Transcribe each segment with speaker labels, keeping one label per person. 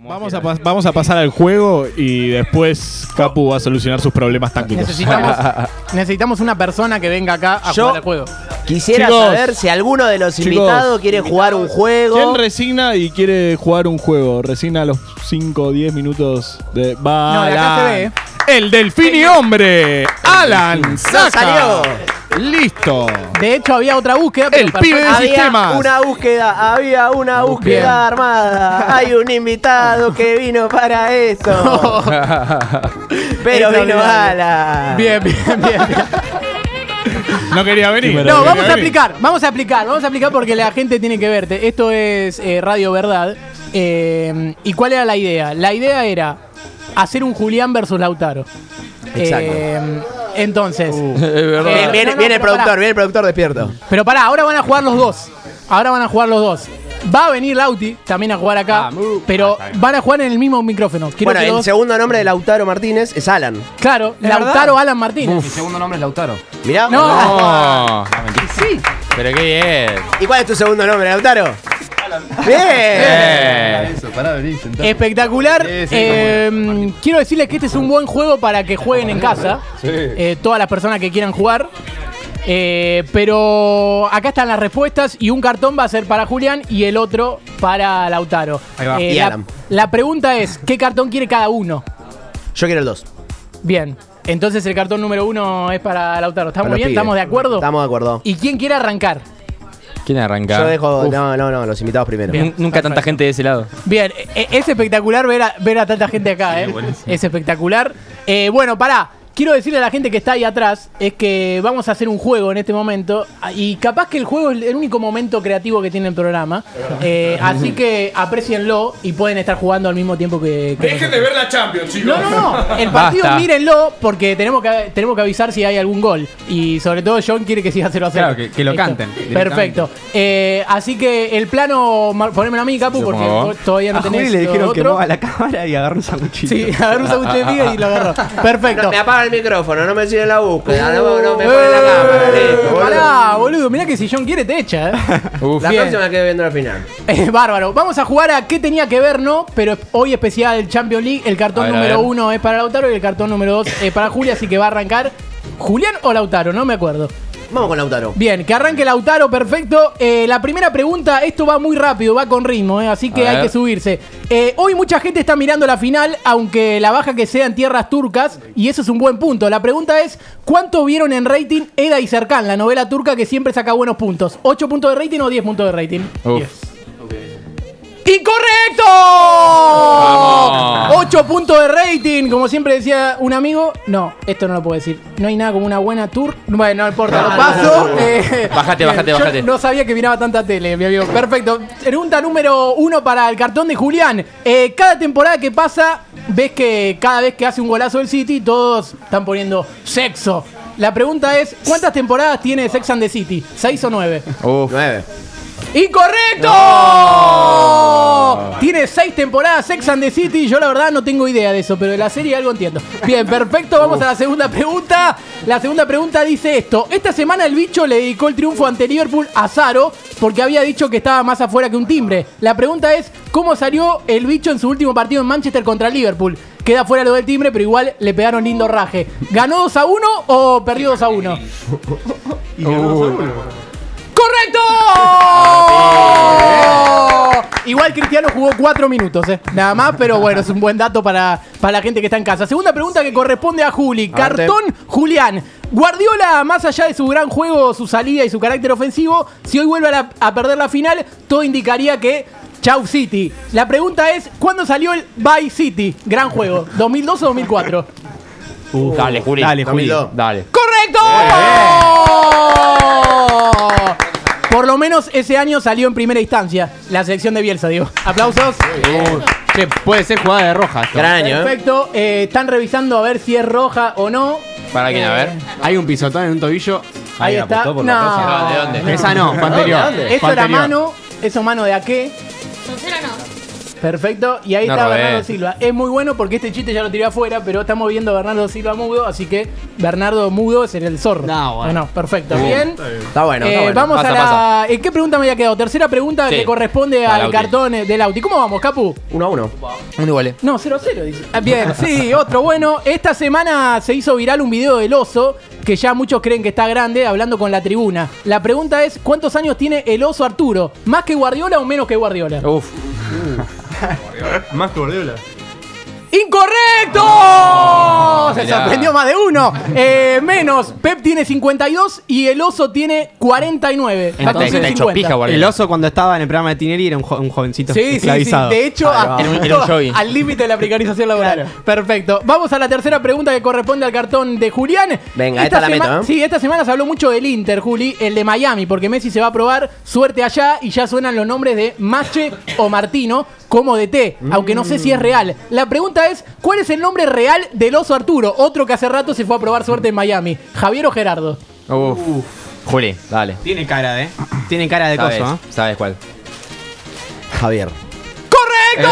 Speaker 1: Vamos a, pas- vamos a pasar al juego y después Capu va a solucionar sus problemas tácticos.
Speaker 2: Necesitamos, necesitamos una persona que venga acá a
Speaker 3: Yo-
Speaker 2: jugar al juego.
Speaker 3: Quisiera
Speaker 1: Chicos.
Speaker 3: saber si alguno de los
Speaker 1: Chicos.
Speaker 3: invitados quiere jugar un juego.
Speaker 1: ¿Quién resigna y quiere jugar un juego? Resigna a los 5 o 10 minutos de... Va,
Speaker 2: No, de acá
Speaker 1: Alan.
Speaker 2: se ve, eh.
Speaker 1: El delfín y hombre. Alan Saca.
Speaker 3: salió.
Speaker 1: Listo.
Speaker 2: De hecho, había otra búsqueda.
Speaker 1: El
Speaker 2: perfecto.
Speaker 1: pibe de
Speaker 2: Ah,
Speaker 3: Había
Speaker 1: sistemas.
Speaker 3: una búsqueda, había una búsqueda
Speaker 2: Bien.
Speaker 3: armada. Hay un invitado que vino para eso. Pero
Speaker 2: Eso,
Speaker 3: vino
Speaker 2: bien.
Speaker 3: Ala.
Speaker 2: Bien, bien, bien. bien.
Speaker 1: No quería venir.
Speaker 2: No, vamos a aplicar, vamos a aplicar, vamos a aplicar porque la gente tiene que verte. Esto es eh, Radio Verdad. Eh, ¿Y cuál era la idea? La idea era hacer un Julián versus Lautaro.
Speaker 3: Exacto.
Speaker 2: Eh, entonces. eh,
Speaker 3: Bien,
Speaker 2: no,
Speaker 3: Uh. viene,
Speaker 2: no,
Speaker 3: viene el
Speaker 2: pero pará.
Speaker 3: productor, viene el productor despierto.
Speaker 2: Pero pará, ahora van a jugar los dos. Ahora van a jugar los dos. Va a venir Lauti también a jugar acá,
Speaker 3: Ah,
Speaker 2: pero van a jugar en el mismo micrófono. Quiero
Speaker 3: bueno,
Speaker 2: que
Speaker 3: el
Speaker 2: los-
Speaker 3: segundo nombre de Lautaro Martínez es Alan.
Speaker 2: Claro, Lautaro Alan Martínez.
Speaker 4: Mi segundo nombre es Lautaro.
Speaker 3: Mirá.
Speaker 2: No.
Speaker 4: No, mentira.
Speaker 2: Sí.
Speaker 4: Pero qué bien.
Speaker 3: ¿Y cuál es tu segundo nombre, Lautaro? Bien.
Speaker 4: Eh,
Speaker 2: Espectacular. Eh, quiero decirles que este es un buen juego para que jueguen en casa. Eh, todas las personas que quieran jugar. Eh, pero acá están las respuestas y un cartón va a ser para Julián y el otro para Lautaro. Eh,
Speaker 3: Y
Speaker 2: la,
Speaker 3: Alan.
Speaker 2: la pregunta es, ¿qué cartón quiere cada uno?
Speaker 3: Yo quiero el 2.
Speaker 2: Bien. Entonces el cartón número uno es para Lautaro. ¿Estamos bien? ¿Estamos de acuerdo?
Speaker 3: Estamos de acuerdo.
Speaker 2: ¿Y quién quiere arrancar?
Speaker 5: ¿Quién arranca?
Speaker 3: Yo dejo. No, no, no, los invitados primero.
Speaker 2: Bien.
Speaker 5: Nun- Nunca tanta gente de ese lado.
Speaker 2: Bien, e- e- es espectacular ver a, ver a tanta gente acá, ¿eh? Es espectacular. Eh, bueno, pará. Quiero decirle a la gente que está ahí atrás es que vamos a hacer un juego en este momento y capaz que el juego es el único momento creativo que tiene el programa. Eh, así que aprecienlo y pueden estar jugando al mismo tiempo que... que nosotros.
Speaker 1: ver la Champions, chicos.
Speaker 2: No, no, no. El partido
Speaker 5: Basta.
Speaker 2: mírenlo porque tenemos que, tenemos que avisar si hay algún gol. Y sobre todo John quiere que siga 0 a 0.
Speaker 4: Claro, que- que lo
Speaker 2: Esto.
Speaker 4: canten directamente.
Speaker 2: Perfecto. Eh, así que el plano, mar- ponémelo a mí, Capu, porque
Speaker 5: pongo.
Speaker 2: vos todavía no tenés otro.
Speaker 6: la cámara y agarró un sanguchito.
Speaker 2: Sí, agarró un sándwich de miga y lo agarró.
Speaker 3: No,
Speaker 2: Perfecto.
Speaker 3: me apaga el micrófono, no me siguen la búsqueda, no, no me ponen la cámara, listo,
Speaker 2: Eh,
Speaker 3: boludo.
Speaker 2: Pará, boludo, mirá que si John quiere te echa, eh.
Speaker 5: Uf.
Speaker 3: La
Speaker 2: Bien.
Speaker 3: próxima quedo viendo al final.
Speaker 2: Eh, Bárbaro. Vamos a jugar a qué tenía que ver, no, pero hoy especial Champions League. El cartón
Speaker 5: A ver, a
Speaker 2: número
Speaker 5: ver.
Speaker 2: uno es para Lautaro y el cartón número dos es para Julia, así que va a arrancar Julián o Lautaro, no me acuerdo.
Speaker 3: Vamos con Lautaro.
Speaker 2: Bien, que arranque Lautaro, perfecto. Eh, la primera pregunta, esto va muy rápido, va con ritmo, eh, así que
Speaker 5: A
Speaker 2: hay
Speaker 5: ver.
Speaker 2: que subirse. Eh, hoy mucha gente está mirando la final, aunque la baja que sea en tierras turcas, y eso es un buen punto. La pregunta es, ¿cuánto vieron en rating Eda y Serkan, la novela turca que siempre saca buenos puntos? ¿8 puntos de rating o 10 puntos de rating?
Speaker 5: Uf.
Speaker 2: Diez. ¡Incorrecto! 8 puntos de rating, como siempre decía un amigo. No, esto no lo puedo decir. No hay nada como una buena tour. Bueno, no importa, lo paso. Eh,
Speaker 5: Bájate,
Speaker 2: bien,
Speaker 5: bájate,
Speaker 2: yo
Speaker 5: bájate.
Speaker 2: No sabía que miraba tanta tele, mi amigo. Perfecto. Pregunta número uno para el cartón de Julián. Eh, cada temporada que pasa, ves que cada vez que hace un golazo el City, todos están poniendo sexo. La pregunta es, ¿cuántas temporadas tiene Sex and the City? ¿Seis o nueve?
Speaker 5: Uf.
Speaker 3: 9.
Speaker 2: ¡Incorrecto! Tiene seis temporadas Sex and the City. Yo la verdad no tengo idea de eso, pero de la serie algo entiendo. Bien, perfecto. Vamos a la segunda pregunta. La segunda pregunta dice esto. Esta semana el bicho le dedicó el triunfo ante Liverpool a Zaro porque había dicho que estaba más afuera que un timbre. La pregunta es, ¿cómo salió el bicho en su último partido en Manchester contra Liverpool? Queda fuera lo del timbre, pero igual le pegaron lindo raje. ¿Ganó 2 a 1 o perdió 2 a 1? ¡Correcto! Ah, Igual Cristiano jugó cuatro minutos, eh. Nada más, pero bueno, es un buen dato para, para la gente que está en casa. Segunda pregunta que corresponde a Juli.
Speaker 3: Adelante.
Speaker 2: Cartón Julián. Guardiola, más allá de su gran juego, su salida y su carácter ofensivo, si hoy vuelve a, la- a perder la final, todo indicaría que Chau City. La pregunta es, ¿cuándo salió el Bye City? Gran juego, ¿2002 o 2004?
Speaker 5: Dale, Juli. Dale,
Speaker 3: Juli.
Speaker 5: Dale.
Speaker 2: ¡Correcto! Por lo menos ese año salió en primera instancia la selección de Bielsa, digo. Aplausos.
Speaker 4: Che, puede ser jugada de roja. esto.
Speaker 3: Gran año, ¿eh?
Speaker 2: Perfecto. Eh, están revisando a ver si es roja o no.
Speaker 5: ¿Para quién? A ver.
Speaker 4: Hay un pisotón en un tobillo.
Speaker 2: Ahí está. No.
Speaker 5: roja. No, ¿de dónde?
Speaker 4: Esa no, fue anterior.
Speaker 2: Eso
Speaker 4: Fue
Speaker 2: era
Speaker 4: anterior.
Speaker 2: mano. Eso mano de a qué.
Speaker 7: Sincera no.
Speaker 2: Perfecto, y ahí
Speaker 5: No
Speaker 2: está
Speaker 5: robé.
Speaker 2: Bernardo Silva. Es muy bueno porque este chiste ya lo tiré afuera, pero estamos viendo a Bernardo Silva mudo, así que Bernardo mudo es el zorro.
Speaker 4: No, bueno.
Speaker 2: no, perfecto. Bien.
Speaker 3: Está bueno,
Speaker 2: Eh,
Speaker 3: está bueno.
Speaker 2: Vamos
Speaker 5: Pasa,
Speaker 2: a la. ¿En qué pregunta me había quedado? Tercera pregunta
Speaker 5: Sí.
Speaker 2: que corresponde
Speaker 5: Al
Speaker 2: al
Speaker 5: Auti.
Speaker 2: cartón eh, del Auti. ¿Cómo vamos, Capu?
Speaker 3: Uno a uno.
Speaker 5: Un igual. eh.
Speaker 2: No, 0-0, dice. Ah, Bien, sí, otro bueno. Esta semana se hizo viral un video del oso, que ya muchos creen que está grande, hablando con la tribuna. La pregunta es, ¿cuántos años tiene el oso Arturo? ¿Más que Guardiola o menos que Guardiola?
Speaker 5: Uf.
Speaker 7: Más que Guardiola.
Speaker 2: ¡Incorrecto! Se
Speaker 5: Ah, mirá.
Speaker 2: sorprendió más de uno. Eh, menos, Pep tiene 52 y el oso tiene 49.
Speaker 5: Está-
Speaker 2: Entonces,
Speaker 5: está hecho
Speaker 2: 50.
Speaker 5: este pija,
Speaker 6: El
Speaker 5: Guardiola.
Speaker 6: oso cuando estaba en el programa de Tinelli era un, jo- un jovencito
Speaker 2: Sí, sí, sí.
Speaker 6: esclavizado.
Speaker 2: De hecho, a-
Speaker 5: Era un- era un jogging.
Speaker 2: al límite de la precarización laboral. Perfecto. Vamos a la tercera pregunta que corresponde al cartón de Julián.
Speaker 3: Venga, esta la
Speaker 2: sema-
Speaker 3: meto, ¿eh?
Speaker 2: Sí, esta semana se habló mucho del Inter, Juli, el de Miami, porque Messi se va a probar suerte allá y ya suenan los nombres de Mache o Martino como de T, aunque no sé si es real. La pregunta es, ¿cuál es el nombre real del oso Arturo? Otro que hace rato se fue a probar suerte en Miami. Javier o Gerardo.
Speaker 5: Uf. Juli, dale.
Speaker 6: Tiene cara de. Tiene cara de
Speaker 5: Sabes,
Speaker 6: coso, ¿eh?
Speaker 5: sabes cuál.
Speaker 3: Javier.
Speaker 2: ¡Correcto!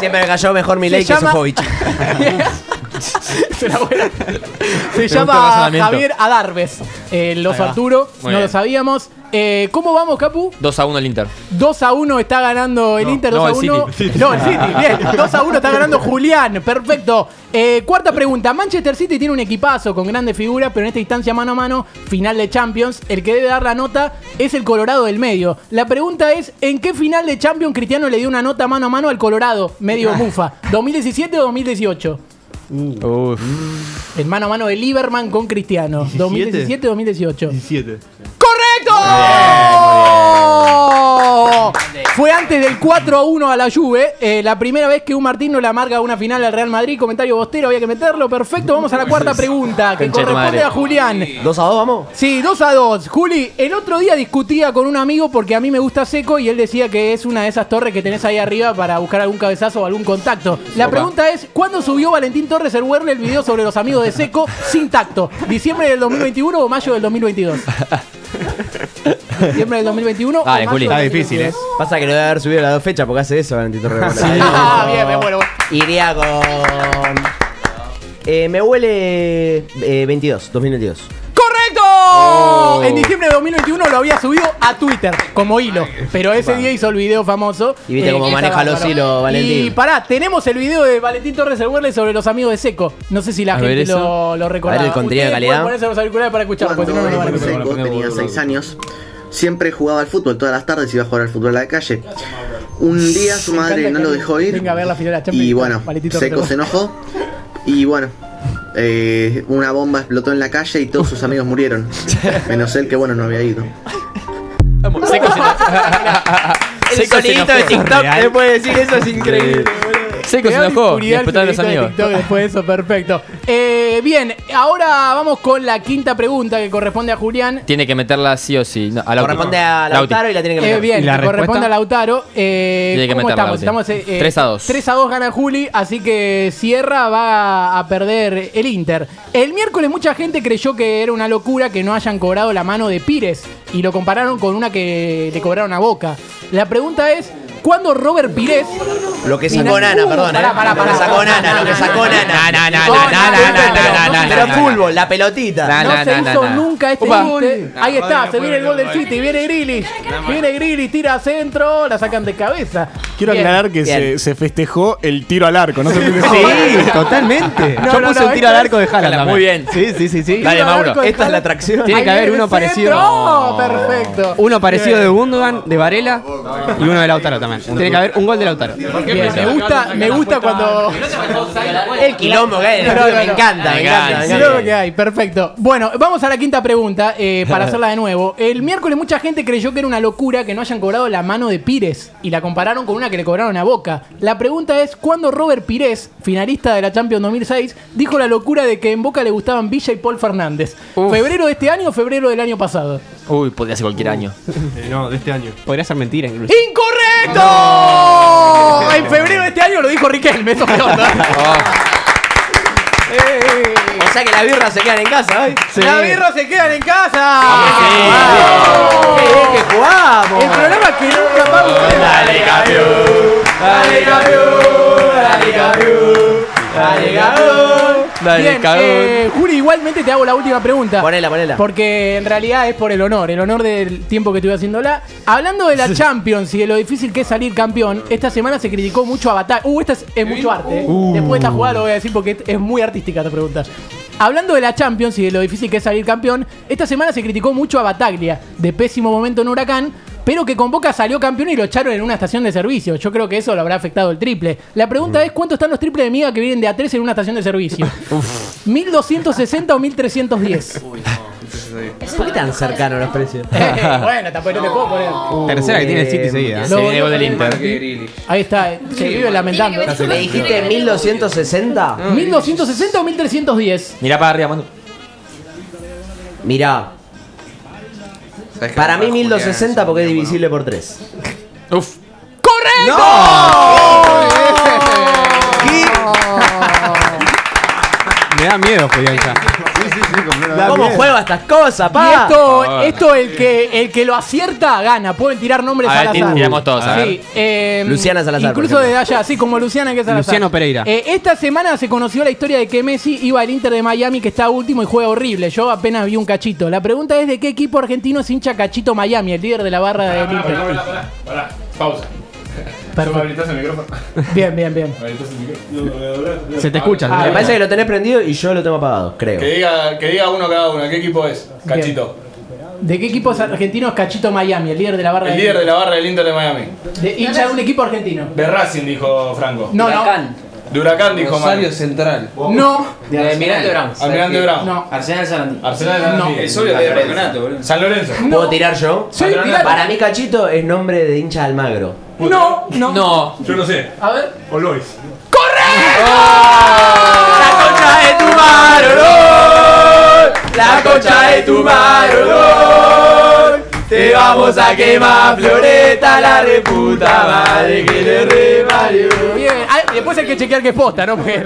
Speaker 3: Siempre me cayó mejor mi ley que
Speaker 2: llama-
Speaker 3: Sofovich.
Speaker 2: Se la voy a- Se
Speaker 5: gusta el
Speaker 2: llama
Speaker 5: razonamiento.
Speaker 2: Javier Adarves. Eh, los Arturo, no
Speaker 5: Muy
Speaker 2: lo
Speaker 5: bien.
Speaker 2: sabíamos. Eh, ¿Cómo vamos, Capu?
Speaker 5: 2 a 1 el Inter.
Speaker 2: 2 a 1 está ganando el Inter, 2
Speaker 5: no,
Speaker 2: a
Speaker 5: el
Speaker 2: 1.
Speaker 5: City.
Speaker 2: No, el City, bien. 2 a 1 está ganando Julián, perfecto. Eh, cuarta pregunta. Manchester City tiene un equipazo con grandes figuras, pero en esta instancia mano a mano, final de Champions, el que debe dar la nota es el Colorado del medio. La pregunta es, ¿en qué final de Champions Cristiano le dio una nota mano a mano al Colorado, medio mufa? ¿2017 o 2018?
Speaker 5: Uf.
Speaker 2: El mano a mano de Lieberman con Cristiano. 2017-2018.
Speaker 7: 17.
Speaker 2: ¡Correcto! Fue antes del 4 a 1 a la Juve. eh, la primera vez que un Martín no le amarga una final al Real Madrid. Comentario bostero, había que meterlo. Perfecto, vamos a la cuarta pregunta que
Speaker 5: Concha de tu
Speaker 2: corresponde
Speaker 5: madre.
Speaker 2: a Julián.
Speaker 3: ¿Dos a dos vamos?
Speaker 2: Sí, 2 a 2. Juli, el otro día discutía con un amigo porque a mí me gusta Seco y él decía que es una de esas torres que tenés ahí arriba para buscar algún cabezazo o algún contacto. La pregunta es, ¿cuándo subió Valentín Torres el Werner el video sobre los amigos de Seco sin tacto? ¿Diciembre del 2021 o mayo del 2022? ¿Diciembre del 2021
Speaker 5: Dale,
Speaker 2: o mayo
Speaker 5: Juli.
Speaker 2: del
Speaker 5: Está
Speaker 4: difícil,
Speaker 6: ¿eh?
Speaker 2: 2022?
Speaker 3: Pasa que no debe haber subido las dos fechas porque hace eso Valentín Torres.
Speaker 2: Ah, bien, me muero. bueno.
Speaker 3: Iría con... Eh, me huele eh, 22, 2022.
Speaker 2: ¡Correcto!
Speaker 3: Oh.
Speaker 2: En diciembre de 2021 lo había subido a Twitter como hilo. Pero ese día hizo el video famoso.
Speaker 3: Y viste cómo
Speaker 2: que está
Speaker 3: maneja los
Speaker 2: bárbaro.
Speaker 3: hilos, Valentín.
Speaker 2: Y pará, tenemos el video de Valentín Torres el Werle sobre los amigos de Seco. No sé si la
Speaker 5: A ver
Speaker 2: gente
Speaker 5: eso.
Speaker 2: lo, lo recordará.
Speaker 3: A ver el contenido de
Speaker 2: Ustedes
Speaker 3: calidad.
Speaker 2: pueden ponerse los auriculares para escucharlo, porque si no, no lo
Speaker 8: Cuando
Speaker 2: van a
Speaker 8: era
Speaker 2: escuchar.
Speaker 8: seco, tenía 6 años, siempre jugaba al fútbol, todas las tardes iba a jugar al fútbol a la calle. Un día su
Speaker 2: Me
Speaker 8: madre
Speaker 2: encanta
Speaker 8: no lo
Speaker 2: que
Speaker 8: dejó ir
Speaker 2: venga a ver la final de la Champions
Speaker 8: y
Speaker 2: con
Speaker 8: bueno,
Speaker 2: Paletito
Speaker 8: Seco
Speaker 2: Ortega.
Speaker 8: se enojó y bueno, eh, una bomba explotó en la calle y todos sus amigos murieron, menos él que bueno no había ido.
Speaker 5: Seco se enojó.
Speaker 3: El
Speaker 5: Seco se
Speaker 3: sonidito de
Speaker 5: enojó.
Speaker 3: TikTok después de decir eso es increíble.
Speaker 5: Seco se
Speaker 2: Quedó
Speaker 5: enojó.
Speaker 2: discurrir el
Speaker 5: Despertaron los
Speaker 2: sonidito de
Speaker 5: amigos.
Speaker 2: TikTok después de eso, perfecto. Eh, bien, ahora vamos con la quinta pregunta que corresponde a Julián.
Speaker 5: Tiene que meterla sí o sí. No, a Lauti.
Speaker 3: Corresponde a
Speaker 5: Lauti.
Speaker 3: Lautaro y la tiene que
Speaker 2: Eh,
Speaker 3: meter.
Speaker 2: bien,
Speaker 6: ¿Y la
Speaker 2: que corresponde
Speaker 6: respuesta?
Speaker 2: a Lautaro. Eh,
Speaker 5: Tiene que
Speaker 2: ¿Cómo
Speaker 5: meterla,
Speaker 2: estamos? estamos
Speaker 5: Lauti.
Speaker 2: eh,
Speaker 5: 3 a 2.
Speaker 2: 3 a 2 gana Juli, así que Sierra va a perder el Inter. El miércoles mucha gente creyó que era una locura que no hayan cobrado la mano de Pires y lo compararon con una que le cobraron a Boca. La pregunta es, ¿cuándo Robert Pires...
Speaker 3: Lo que sacó Nana,
Speaker 2: Uh,
Speaker 3: perdón. eh.
Speaker 2: pará, pará,
Speaker 3: Lo
Speaker 2: pará.
Speaker 3: que sacó Nana, lo que sacó Nana.
Speaker 5: Na, na, na,
Speaker 2: No,
Speaker 5: na,
Speaker 2: no,
Speaker 5: na, na,
Speaker 2: no,
Speaker 5: na,
Speaker 2: no,
Speaker 5: na,
Speaker 2: no,
Speaker 5: na,
Speaker 2: no,
Speaker 5: na,
Speaker 3: Pero
Speaker 5: na.
Speaker 3: fútbol, la pelotita.
Speaker 6: Ah,
Speaker 5: Na,
Speaker 2: No
Speaker 5: na,
Speaker 2: se
Speaker 5: na,
Speaker 2: hizo
Speaker 5: na, na.
Speaker 2: nunca este
Speaker 5: Opa.
Speaker 2: chiste. Ahí está, se viene el gol del City. Viene Grilly. Viene Grilly, tira a centro, la sacan de cabeza.
Speaker 1: Quiero
Speaker 2: Bien.
Speaker 1: aclarar que
Speaker 3: bien.
Speaker 1: se, se festejó el tiro al arco, no se festejó.
Speaker 6: Sí, totalmente.
Speaker 2: No,
Speaker 6: Yo
Speaker 2: no,
Speaker 6: puse
Speaker 2: no,
Speaker 6: un tiro
Speaker 2: esto
Speaker 6: al arco de
Speaker 5: Jala,
Speaker 6: Jala.
Speaker 5: muy
Speaker 6: también.
Speaker 5: bien.
Speaker 6: Sí, sí, sí, sí.
Speaker 5: Dale,
Speaker 2: Tiro al
Speaker 5: Mauro.
Speaker 2: arco de
Speaker 3: Esta es
Speaker 2: Haaland.
Speaker 3: la atracción.
Speaker 6: Tiene
Speaker 2: Ahí
Speaker 6: que haber
Speaker 2: viene
Speaker 6: uno
Speaker 2: el
Speaker 6: parecido.
Speaker 2: centro. Oh, perfecto.
Speaker 6: Uno parecido de Gundogan, de Varela y uno de Lautaro también. Tiene que haber un gol de Lautaro.
Speaker 2: Bien, me gusta, me gusta cuando.
Speaker 3: El quilombo que hay en
Speaker 2: No,
Speaker 3: el
Speaker 2: no,
Speaker 3: estudio, me
Speaker 2: no.
Speaker 3: encanta,
Speaker 5: Me
Speaker 3: me encanta.
Speaker 5: encanta.
Speaker 3: me
Speaker 2: Sí,
Speaker 3: encanta.
Speaker 2: lo que hay, perfecto. Bueno, vamos a la quinta pregunta eh, para hacerla de nuevo. El miércoles mucha gente creyó que era una locura que no hayan cobrado la mano de Pires y la compararon con una que le cobraron a Boca. La pregunta es, ¿cuándo Robert Pires, finalista de la Champions 2006, dijo la locura de que en Boca le gustaban Villa y Paul Fernández? ¿Febrero de este año o febrero del año pasado?
Speaker 5: Uy, podría ser cualquier año.
Speaker 7: Eh, no, de este año.
Speaker 6: Podría ser mentira incluso.
Speaker 2: ¡Incorrecto! En febrero de este año lo dijo Riquelme, eso me onda.
Speaker 5: O
Speaker 3: sea que la birra se quedan en casa ¿eh? hoy.
Speaker 2: ¡La birra se quedan en casa!
Speaker 3: ¡Qué bien que jugamos!
Speaker 2: El programa que nunca vamos a
Speaker 3: Dale, campeón. Dale, campeón. Dale, campeón. Dale, campeón.
Speaker 5: Dale,
Speaker 2: Bien,
Speaker 5: cagón.
Speaker 2: eh, Juli, igualmente te hago la última pregunta.
Speaker 3: Ponela, ponela.
Speaker 2: Porque en realidad es por el honor, el honor del tiempo que estuve haciéndola. Hablando de la Champions y de lo difícil que es salir campeón, esta semana se criticó mucho a Batalla. Uh, esta es, es mucho arte. eh. Después de esta jugada lo voy a decir porque es- es muy artística esta pregunta. Hablando de la Champions y de lo difícil que es salir campeón, esta semana se criticó mucho a Bataglia, de pésimo momento en Huracán, pero que con Boca salió campeón y lo echaron en una estación de servicio. Yo creo que eso lo habrá afectado el triple. La pregunta es, ¿cuánto están los triples de miga que vienen de A3 en una estación de servicio? 1260 o 1310.
Speaker 3: ¿Por qué tan cercanos los precios?
Speaker 2: Eh, bueno, tampoco no te puedo poner.
Speaker 6: Tercera que tiene el City seguida.
Speaker 2: Uh, Lo
Speaker 5: Se viene
Speaker 2: volvió
Speaker 5: del
Speaker 2: a poner
Speaker 5: Inter.
Speaker 2: Martí. Ahí está, eh, se vive lamentando.
Speaker 3: ¿Me dijiste 1260?
Speaker 2: 1260 o 1310.
Speaker 5: Mirá para arriba, mano.
Speaker 3: Mirá. Para mí 1260 porque es divisible por 3.
Speaker 5: Uf.
Speaker 2: ¡Correcto!
Speaker 6: ¿eh? Me da miedo, Julián, ya.
Speaker 3: ¿Cómo juega estas cosas,
Speaker 2: Y
Speaker 3: pa?
Speaker 2: esto, esto el que el que lo acierta gana. Pueden tirar nombres
Speaker 5: A ver,
Speaker 2: al
Speaker 5: ti-
Speaker 2: azar.
Speaker 5: tiramos todos, a
Speaker 2: Sí, eh,
Speaker 3: Luciana Salazar, por
Speaker 2: Incluso
Speaker 3: ejemplo.
Speaker 2: de allá, así como Luciana que es Salazar.
Speaker 6: Luciano Pereira.
Speaker 2: Eh, esta semana se conoció la historia de que Messi iba al Inter de Miami, que está último y juega horrible. Yo apenas vi un cachito. La pregunta es: ¿de qué equipo argentino es hincha Cachito Miami, el líder de la barra de Inter?
Speaker 7: Pausa.
Speaker 2: Perfecto.
Speaker 7: habilitas el micrófono?
Speaker 2: Bien, bien, bien.
Speaker 7: ¿Habilitas el micrófono?
Speaker 6: Se te escucha.
Speaker 2: Ah,
Speaker 3: Me
Speaker 6: se te escucha.
Speaker 3: parece que lo tenés prendido y yo lo tengo apagado, creo.
Speaker 7: diga, que diga uno cada uno. ¿Qué equipo es?
Speaker 2: Cachito. ¿De qué equipo argentino es Cachito Miami, el líder de la barra de
Speaker 7: la barra del Inter de Miami.
Speaker 2: de hincha de un equipo argentino?
Speaker 7: De Racing, dijo Franco.
Speaker 2: No, no.
Speaker 7: De Huracán, dijo Mario.
Speaker 9: Central.
Speaker 2: No,
Speaker 7: Almirante Brown.
Speaker 2: no.
Speaker 9: Arsenal Sarandí.
Speaker 7: Arsenal de
Speaker 2: No.
Speaker 7: Sarandí.
Speaker 9: Es obvio que es campeonato, boludo.
Speaker 7: San Lorenzo.
Speaker 3: ¿Puedo tirar yo?
Speaker 2: Sí, tirá.
Speaker 3: Para mí Cachito es nombre de hincha de Almagro.
Speaker 2: No, no.
Speaker 5: No.
Speaker 7: Yo no sé.
Speaker 2: A ver.
Speaker 7: O Lois.
Speaker 3: ¡La concha de tu mano, ¡La concha de tu mano, ¡Te vamos a quemar, Floreta, la reputa madre que le remarió!
Speaker 2: Bien. Ah, después hay que chequear que es posta, ¿no? Porque-